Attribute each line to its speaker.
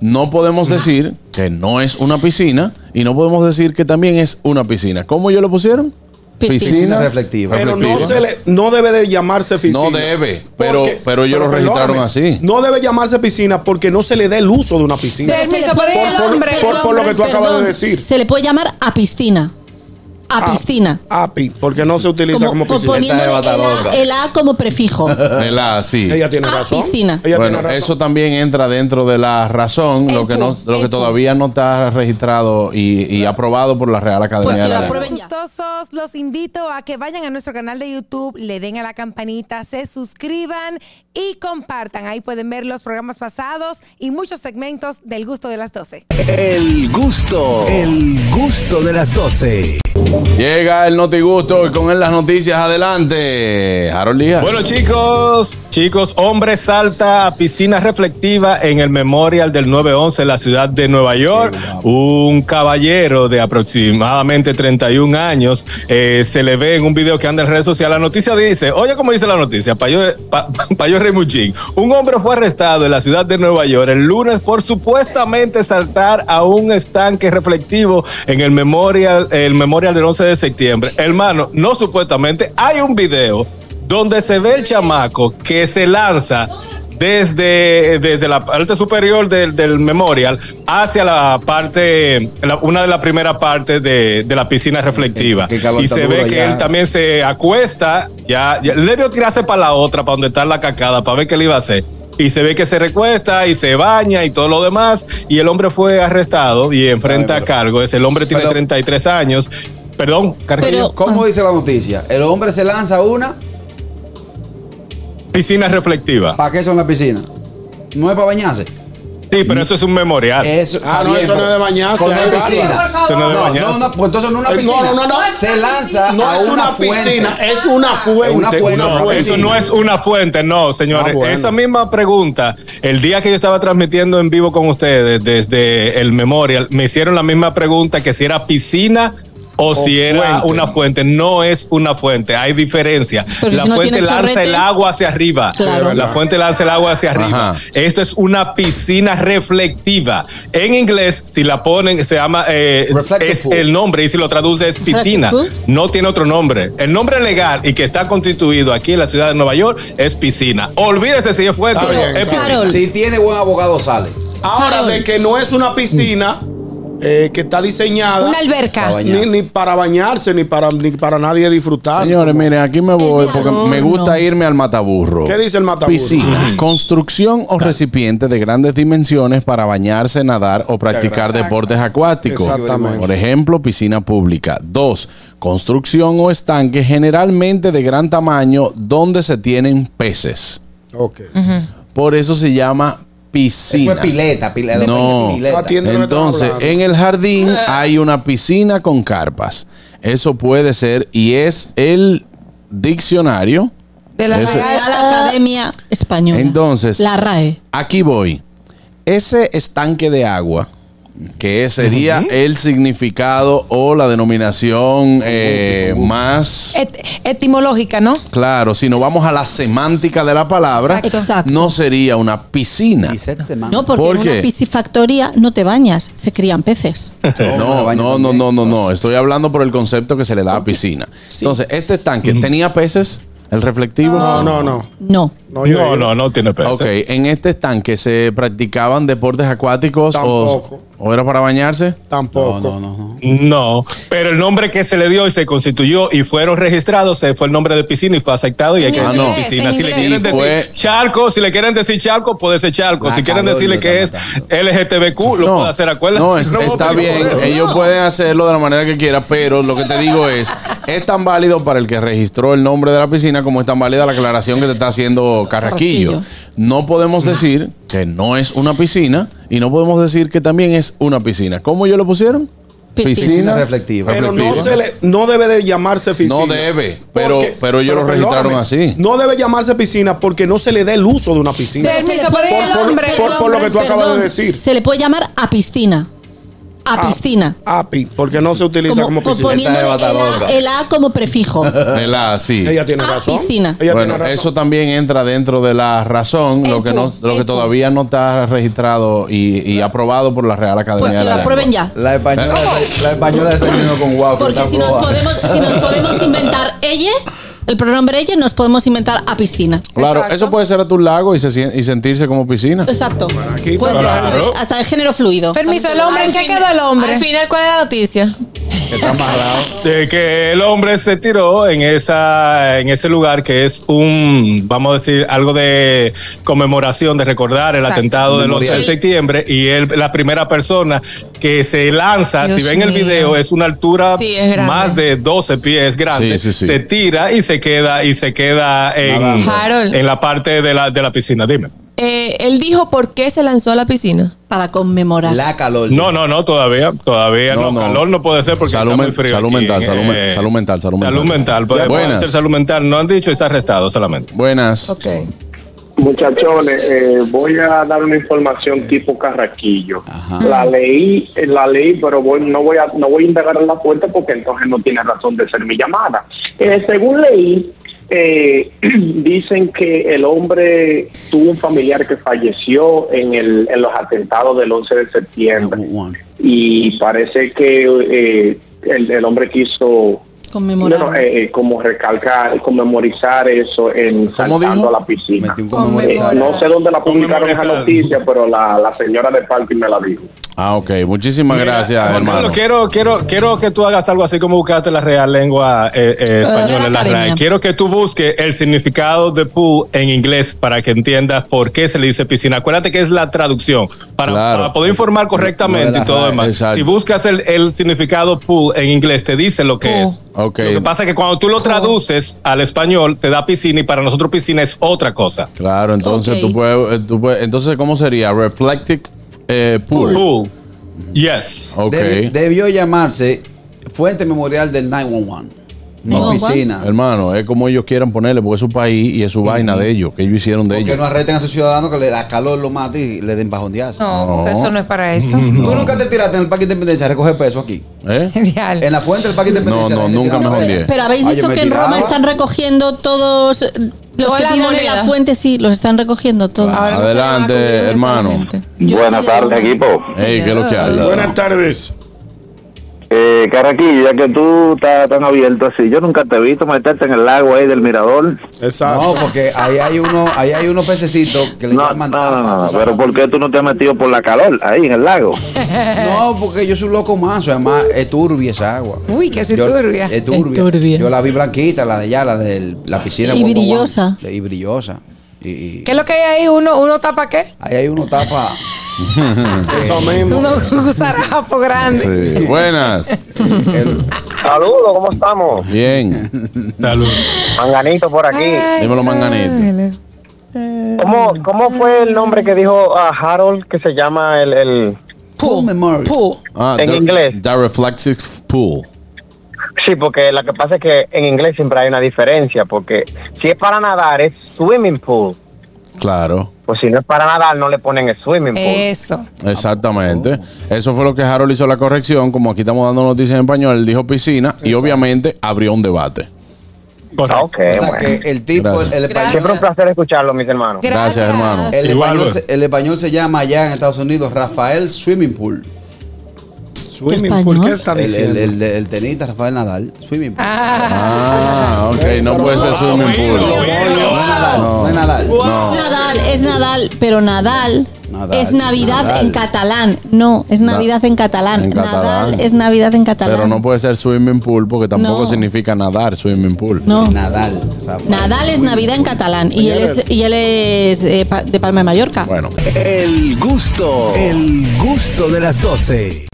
Speaker 1: No podemos decir que no es una piscina y no podemos decir que también es una piscina. ¿Cómo ellos lo pusieron?
Speaker 2: Piscina.
Speaker 3: Piscina reflectiva.
Speaker 4: Pero no,
Speaker 1: Reflectiva.
Speaker 4: se le- no debe de llamarse piscina.
Speaker 1: No debe, pero- pero ellos lo registraron
Speaker 4: perdóname,
Speaker 1: así.
Speaker 4: No debe llamarse piscina porque no se le da el uso de una piscina.
Speaker 2: Permiso,
Speaker 4: por,
Speaker 2: pero ¿y el
Speaker 4: por-
Speaker 2: hombre?
Speaker 4: por-
Speaker 2: El
Speaker 4: por lo que tú
Speaker 2: hombre,
Speaker 4: acabas de
Speaker 2: perdón.
Speaker 4: decir.
Speaker 2: Se le puede llamar a piscina. A
Speaker 4: Ah,
Speaker 2: piscina.
Speaker 4: Api, porque no se utiliza como,
Speaker 2: Como,
Speaker 4: piscina.
Speaker 2: poniéndole
Speaker 3: Esta es
Speaker 2: el
Speaker 3: bataloca.
Speaker 2: a, el A como prefijo.
Speaker 1: De la sí.
Speaker 4: Ella tiene
Speaker 2: Ah,
Speaker 4: razón.
Speaker 2: piscina.
Speaker 4: Ella
Speaker 1: bueno,
Speaker 4: tiene razón.
Speaker 1: eso también entra dentro de la razón, lo
Speaker 2: Epu,
Speaker 1: que no, lo que
Speaker 2: epu.
Speaker 1: todavía no está registrado y, y aprobado por la Real Academia
Speaker 2: Pues que
Speaker 1: de la
Speaker 2: lo
Speaker 1: Lengua.
Speaker 2: aprueben. ya.
Speaker 5: gustosos, los invito a que vayan a nuestro canal de YouTube, le den a la campanita, se suscriban y compartan. Ahí pueden ver los programas pasados y muchos segmentos del gusto de las 12.
Speaker 6: El gusto, el gusto de las 12.
Speaker 1: Llega el Notigusto y con él las noticias. Adelante, Harold Díaz.
Speaker 7: Bueno, chicos, chicos, hombre salta a piscina reflectiva en el Memorial del 911 en la ciudad de Nueva York. Un caballero de aproximadamente 31 años eh, se le ve en un video que anda en redes sociales. La noticia dice: Oye, como dice la noticia, para yo, pa- pa' yo reírme un chin. Un hombre fue arrestado en la ciudad de Nueva York el lunes por supuestamente saltar a un estanque reflectivo en el Memorial, el Memorial del 11 de septiembre. Hermano, no supuestamente, hay un video donde se ve el chamaco que se lanza desde, desde la parte superior del, del memorial hacia la parte, la- una de las primeras partes de, de la piscina reflectiva.
Speaker 3: Qué calor
Speaker 7: y
Speaker 3: tan
Speaker 7: se
Speaker 3: duro
Speaker 7: ve que
Speaker 3: allá.
Speaker 7: él también se acuesta, ya, ya- le vio tirarse para la otra, para donde está la cacada, para ver qué le iba a hacer. Y se ve que se recuesta y se baña y todo lo demás. Y el hombre fue arrestado y enfrenta cargos. El hombre tiene
Speaker 3: Pero-
Speaker 7: 33 años. Perdón, Carrillo.
Speaker 2: Pero-
Speaker 3: ¿Cómo
Speaker 4: Ah.
Speaker 3: dice la noticia? El hombre se lanza a una.
Speaker 7: piscina reflectiva.
Speaker 1: Ah.
Speaker 3: ¿Para qué son las piscinas? No es para bañarse.
Speaker 7: Sí, pero eso es un memorial.
Speaker 3: Eso,
Speaker 4: Ah,
Speaker 3: está
Speaker 4: no,
Speaker 3: bien,
Speaker 4: eso no es de bañarse,
Speaker 3: Con una
Speaker 4: ahí,
Speaker 3: piscina.
Speaker 7: Eso no
Speaker 3: Eh, No,
Speaker 7: es de
Speaker 3: no,
Speaker 7: bañarse.
Speaker 3: no, pues entonces no es una
Speaker 4: Eh, no,
Speaker 3: piscina.
Speaker 4: no, no, no.
Speaker 3: Se lanza
Speaker 4: No
Speaker 3: a
Speaker 4: es
Speaker 3: una,
Speaker 4: una
Speaker 3: fuente.
Speaker 4: piscina, es una fuente.
Speaker 3: Una fuente,
Speaker 7: No,
Speaker 3: una fuente.
Speaker 7: eso no es una fuente, no, señores.
Speaker 4: Ah, bueno.
Speaker 7: Esa misma pregunta, el día que yo estaba transmitiendo en vivo con ustedes desde el Memorial, me hicieron la misma pregunta que si era piscina o, si era
Speaker 4: fuente.
Speaker 7: una fuente. No es una fuente, hay diferencia.
Speaker 2: Pero
Speaker 7: la
Speaker 2: si no
Speaker 7: fuente
Speaker 2: tiene
Speaker 7: lanza
Speaker 2: chorrete.
Speaker 7: el agua hacia arriba.
Speaker 2: Claro.
Speaker 7: La fuente lanza el agua hacia arriba.
Speaker 1: Ajá.
Speaker 7: Esto es una piscina reflectiva. En inglés, si la ponen, se llama, eh,
Speaker 3: Reflective
Speaker 7: es
Speaker 3: pool.
Speaker 7: el nombre y si lo traduce es piscina.
Speaker 2: Reflective pool.
Speaker 7: No tiene otro nombre. El nombre legal y que está constituido aquí en la ciudad de Nueva York es piscina. Olvídese si es fuerte.
Speaker 4: Está bien,
Speaker 7: es
Speaker 4: está
Speaker 7: piscina.
Speaker 2: Claro.
Speaker 3: Si tiene buen abogado, sale.
Speaker 4: Ahora,
Speaker 2: Harold.
Speaker 4: de que no es una piscina eh, que está diseñada
Speaker 5: Una alberca.
Speaker 3: Caballo.
Speaker 4: ni, ni para bañarse, ni para, ni para nadie disfrutar.
Speaker 1: Señores, miren, aquí me voy
Speaker 2: de
Speaker 1: porque
Speaker 2: adorno.
Speaker 1: me gusta irme al mataburro.
Speaker 4: ¿Qué dice el mataburro?
Speaker 1: Piscina, construcción o recipiente de grandes dimensiones para bañarse, nadar o practicar deportes acuáticos.
Speaker 4: Exactamente.
Speaker 1: Por ejemplo, piscina pública. Dos, construcción o estanque generalmente de gran tamaño donde se tienen peces.
Speaker 4: Ok.
Speaker 1: Por eso se llama
Speaker 3: Eso es
Speaker 1: piscina.
Speaker 3: pileta, pileta.
Speaker 1: No.
Speaker 3: pileta.
Speaker 4: Atiende- Entiendo lo que
Speaker 1: Entonces,
Speaker 4: estamos hablando.
Speaker 1: en el jardín hay una piscina con carpas. Eso puede ser y es el diccionario.
Speaker 5: De la
Speaker 1: Ese-
Speaker 2: A la Academia Española.
Speaker 1: Entonces-
Speaker 2: La RAE.
Speaker 1: Aquí voy. Ese estanque de agua, que sería el significado o la denominación eh, más...
Speaker 5: Et- etimológica, ¿no?
Speaker 1: Claro, si nos vamos a la semántica de la palabra,
Speaker 2: Exacto. Exacto.
Speaker 1: no sería una piscina.
Speaker 3: Piscina se manda.
Speaker 2: No, porque
Speaker 1: ¿Por
Speaker 2: en
Speaker 1: qué?
Speaker 2: una piscifactoría no te bañas, se crían peces.
Speaker 7: Oh,
Speaker 3: me
Speaker 1: No,
Speaker 3: baño
Speaker 1: no, no,
Speaker 3: también.
Speaker 1: no, no, no. Estoy hablando por el concepto que se le da a piscina. Entonces, este estanque, ¿tenía peces? ¿El reflectivo?
Speaker 4: No, no, no.
Speaker 2: No.
Speaker 4: No, yo-
Speaker 7: No, no, no tiene peso.
Speaker 1: Ok, en este estanque se practicaban deportes acuáticos o,
Speaker 4: Tampoco.
Speaker 1: o era para bañarse.
Speaker 4: Tampoco.
Speaker 3: No, no, no, no.
Speaker 7: No, pero el nombre que se le dio y se constituyó y fueron registrados se fue el nombre de piscina y fue aceptado y hay que
Speaker 5: En
Speaker 7: decir
Speaker 1: inglés,
Speaker 5: en
Speaker 7: piscina. Si le
Speaker 5: inglés.
Speaker 7: quieren
Speaker 1: Sí,
Speaker 7: decir
Speaker 1: fue- Ah,
Speaker 7: charco, si le quieren decir charco, puede ser charco.
Speaker 3: La
Speaker 7: si quieren
Speaker 3: calor
Speaker 7: decirle
Speaker 3: lo
Speaker 7: que es
Speaker 3: está
Speaker 7: LGTBQ, lo puede hacer, acuérdate.
Speaker 1: no, es- está
Speaker 7: pero-
Speaker 1: bien. Ellos pueden hacerlo de la manera que quieran, pero lo que te digo es, es tan válido para el que registró el nombre de la piscina como es tan válida la aclaración que te está haciendo Carraquillo. No podemos decir que no es una piscina y no podemos decir que también es una piscina. ¿Cómo ellos lo pusieron?
Speaker 2: Piscina.
Speaker 3: Piscina reflectiva.
Speaker 4: Pero no,
Speaker 1: Reflectiva.
Speaker 4: se le, no debe de llamarse piscina.
Speaker 1: No debe, pero- pero ellos lo registraron
Speaker 4: perdóname,
Speaker 1: así.
Speaker 4: No debe llamarse piscina porque no se le da el uso de una piscina.
Speaker 5: Permiso, pero ¿y el
Speaker 4: por-
Speaker 5: hombre?
Speaker 4: por- por lo que tú acabas de
Speaker 2: Perdón,
Speaker 4: decir.
Speaker 2: Se le puede llamar a piscina. A piscina.
Speaker 4: API, Ah, porque no se utiliza como,
Speaker 2: Como,
Speaker 4: piscina.
Speaker 2: poniéndole
Speaker 3: Está de
Speaker 2: el
Speaker 3: bata
Speaker 2: A, el A como prefijo. Pues
Speaker 1: De la- sí.
Speaker 4: Ella tiene
Speaker 2: Ah,
Speaker 4: razón.
Speaker 2: piscina.
Speaker 4: Ella
Speaker 1: bueno,
Speaker 4: tiene razón.
Speaker 1: eso también entra dentro de la razón, lo
Speaker 2: EQ,
Speaker 1: que no, lo que
Speaker 2: EQ.
Speaker 1: todavía no está registrado y, y aprobado por la Real Academia
Speaker 2: Pues que
Speaker 1: de la
Speaker 2: lo
Speaker 1: Lengua.
Speaker 2: aprueben ya.
Speaker 3: La española,
Speaker 1: ¿Eh?
Speaker 3: la española está yendo con guapo.
Speaker 2: Porque
Speaker 3: está
Speaker 2: si nos,
Speaker 3: aprobada.
Speaker 2: podemos, si nos podemos inventar ella, el pronombre ella, nos podemos inventar a piscina.
Speaker 1: Claro,
Speaker 5: Exacto.
Speaker 1: eso puede ser a tu lago y, se sien- y sentirse como piscina.
Speaker 2: Exacto.
Speaker 4: aquí
Speaker 2: Pues,
Speaker 4: está.
Speaker 2: eh, Hasta de género fluido.
Speaker 5: Permiso, el hombre, ¿en qué quedó el hombre?
Speaker 8: Al final, ¿cuál es la noticia?
Speaker 3: Que está amarrado.
Speaker 7: de que el hombre se tiró en esa en ese lugar que es un vamos a decir algo de conmemoración de recordar el
Speaker 8: Exacto.
Speaker 7: atentado del 11
Speaker 3: Memorial.
Speaker 7: de septiembre y él la primera persona que se lanza
Speaker 8: Dios
Speaker 7: si ven el
Speaker 8: mío.
Speaker 7: video es una altura
Speaker 8: Sí, es grande.
Speaker 7: más de 12 pies grande
Speaker 1: Sí, sí, sí.
Speaker 7: se tira y se queda y se queda en,
Speaker 3: Nadando.
Speaker 8: Harold.
Speaker 7: en la parte de la de la piscina dime
Speaker 8: Eh, él dijo por qué se lanzó a la piscina.
Speaker 2: Para conmemorar.
Speaker 3: La calor.
Speaker 7: No, no, no, todavía, todavía
Speaker 1: No,
Speaker 7: no,
Speaker 1: no.
Speaker 7: calor no puede ser porque
Speaker 1: Salud
Speaker 7: está muy
Speaker 1: men-
Speaker 7: frío.
Speaker 1: salud
Speaker 7: aquí,
Speaker 1: mental, salud men- salud mental, salud mental.
Speaker 7: Salud mental, puede- puede
Speaker 1: Buenas.
Speaker 7: ser salud mental, no han dicho está arrestado solamente.
Speaker 1: Buenas.
Speaker 8: Ok.
Speaker 9: Muchachones, eh, voy a dar una información tipo carraquillo. La leí, eh, la leí, pero voy- no voy a no voy a indagar en la fuente porque entonces no tiene razón de ser mi llamada. Eh, según leí, eh, dicen que el hombre tuvo un familiar que falleció en, el, en los atentados del 11 de septiembre
Speaker 1: Ah,
Speaker 9: y parece que eh, el, el hombre quiso
Speaker 2: Conmemorar.
Speaker 9: bueno, eh, eh, como recalcar, conmemorizar eso en
Speaker 1: ¿Cómo
Speaker 9: saltando
Speaker 1: dijo?
Speaker 9: a la piscina.
Speaker 3: Metí un
Speaker 9: Eh,
Speaker 3: conmemorizado.
Speaker 9: no sé dónde la publicaron esa
Speaker 7: Conmemorizar.
Speaker 9: noticia, pero la, la señora de Parking me la dijo.
Speaker 1: Ah, ok. Muchísimas
Speaker 7: Mira,
Speaker 1: gracias,
Speaker 7: Juan Carlos,
Speaker 1: hermano.
Speaker 7: quiero, quiero, quiero que tú hagas algo así como buscaste la Real Lengua eh, eh, Española,
Speaker 2: Real
Speaker 7: la
Speaker 2: Academia.
Speaker 7: RAE. Quiero que tú busques el significado de pool en inglés para que entiendas por qué se le dice piscina. Acuérdate que es la traducción para,
Speaker 1: Claro.
Speaker 7: para poder informar
Speaker 3: Lo de
Speaker 7: correctamente
Speaker 3: la
Speaker 7: y todo
Speaker 3: RAE,
Speaker 7: demás.
Speaker 1: exacto.
Speaker 7: Si buscas el, el significado pool en inglés, te dice lo que
Speaker 8: Pool.
Speaker 7: es.
Speaker 1: Ok.
Speaker 7: Lo que pasa es que cuando tú lo traduces al español, te da piscina y para nosotros piscina es otra cosa.
Speaker 1: Claro, entonces
Speaker 2: Ok.
Speaker 1: tú, puedes, eh, tú puedes- Entonces, ¿cómo sería? Reflective eh, pool.
Speaker 7: Pool. Yes.
Speaker 1: Ok.
Speaker 3: Debi- debió llamarse Fuente Memorial del 911. No,
Speaker 2: No,
Speaker 3: piscina.
Speaker 1: Hermano, es como ellos quieran ponerle, porque es su país y es su vaina de ellos, que ellos hicieron de
Speaker 3: Que
Speaker 1: ellos.
Speaker 3: no arresten a sus ciudadanos que le, la calor lo mate y le den bajondeazo.
Speaker 1: No.
Speaker 5: No, porque eso no es para eso.
Speaker 3: Tú nunca te tiraste en el Parque Independencia a recoger peso aquí.
Speaker 1: ¿Eh?
Speaker 5: Genial.
Speaker 3: En la fuente del Parque
Speaker 1: No, no,
Speaker 3: Independencia. la gente
Speaker 1: nunca
Speaker 3: tiraba
Speaker 1: me
Speaker 3: peso.
Speaker 1: jondeé.
Speaker 2: Pero habéis
Speaker 3: Oye,
Speaker 2: visto
Speaker 3: me
Speaker 2: que en Roma
Speaker 3: tiraba.
Speaker 2: están recogiendo todos eh, los
Speaker 8: Todas
Speaker 2: que
Speaker 8: las
Speaker 2: tiran en la
Speaker 8: monedas.
Speaker 2: fuente, sí, los están recogiendo todos.
Speaker 8: Ahora no se le va a
Speaker 1: Adelante,
Speaker 8: cumplir esa
Speaker 1: hermano.
Speaker 8: gente.
Speaker 2: Yo
Speaker 10: Buenas
Speaker 2: estoy de
Speaker 10: tardes,
Speaker 2: una.
Speaker 10: equipo.
Speaker 1: Ey, ¿qué es lo que hay?
Speaker 4: Buenas tardes.
Speaker 10: Eh, Carraquillo, ya que tú estás tan abierto así, yo nunca te he visto meterte en el lago ahí del mirador.
Speaker 4: Exacto.
Speaker 3: No, porque ahí hay uno, ahí hay unos pececitos que le
Speaker 10: No, no,
Speaker 3: llaman
Speaker 10: no,
Speaker 3: tapas,
Speaker 10: no,
Speaker 3: tú sabes.
Speaker 10: pero ¿por qué tú no te has metido por la calor ahí en el lago?
Speaker 3: No, porque yo soy un loco manso, además es turbia esa agua.
Speaker 5: Uy, que sí
Speaker 3: Yo-
Speaker 5: turbia.
Speaker 3: Es turbia.
Speaker 8: Es turbia.
Speaker 3: Yo la vi blanquita, la de allá, la de la piscina.
Speaker 2: Y
Speaker 3: guau, guau,
Speaker 2: brillosa.
Speaker 3: guau. Y brillosa. Y, y-
Speaker 5: ¿Qué es lo que hay ahí? ¿Uno, uno tapa qué?
Speaker 3: ahí hay uno tapa.
Speaker 4: Eso mismo.
Speaker 5: Uno gusarapo grande.
Speaker 1: Sí. Buenas.
Speaker 9: Saludos, ¿cómo estamos?
Speaker 1: Bien.
Speaker 7: Salud.
Speaker 9: Manganito por aquí.
Speaker 5: Ay,
Speaker 1: Dímelo, Manganito.
Speaker 5: dale.
Speaker 9: ¿Cómo, ¿Cómo fue el nombre que dijo a Harold que se llama el, el...
Speaker 3: Pool memory.
Speaker 5: Puh.
Speaker 1: Ah,
Speaker 9: En
Speaker 1: the-
Speaker 9: inglés.
Speaker 1: The reflective pool.
Speaker 9: Sí, porque lo que pasa es que en inglés siempre hay una diferencia, porque si es para nadar es swimming pool,
Speaker 1: Claro.
Speaker 9: pues si no es para nadar no le ponen el swimming pool.
Speaker 5: Eso.
Speaker 1: Exactamente. Eso fue lo que Harold hizo la corrección. Como aquí estamos dando noticias en español, él dijo piscina y obviamente abrió un debate.
Speaker 9: Ah,
Speaker 3: o
Speaker 9: ok,
Speaker 3: sea
Speaker 9: bueno.
Speaker 3: que el tipo,
Speaker 1: Gracias.
Speaker 3: el, el español.
Speaker 9: Siempre un placer escucharlo, mis hermanos.
Speaker 1: Gracias, hermano.
Speaker 3: El
Speaker 7: Igual,
Speaker 3: español,
Speaker 7: bueno.
Speaker 3: se, el español se llama allá en Estados Unidos Rafael Swimming Pool.
Speaker 4: Swimming, ¿por qué está
Speaker 3: El, el,
Speaker 4: diciendo?
Speaker 3: el- el tenista Rafael Nadal. Swimming Pool.
Speaker 1: Ah, ok. No puede ser swimming pool.
Speaker 3: No es Nadal. No es Nadal.
Speaker 1: No.
Speaker 2: Es Nadal, es Nadal, pero Nadal,
Speaker 3: Nadal,
Speaker 2: es Navidad
Speaker 3: Nadal.
Speaker 2: en catalán. No, es Navidad en catalán.
Speaker 1: En catalán.
Speaker 2: Nadal es Navidad en catalán.
Speaker 1: Pero no puede ser swimming pool porque tampoco
Speaker 2: No.
Speaker 1: significa nadar swimming pool.
Speaker 2: No.
Speaker 3: Nadal. o sea,
Speaker 2: Nadal es Navidad en catalán y él es, y él es eh, de, Pa- de Palma de Mallorca.
Speaker 1: Bueno.
Speaker 6: El gusto, el gusto de las doce.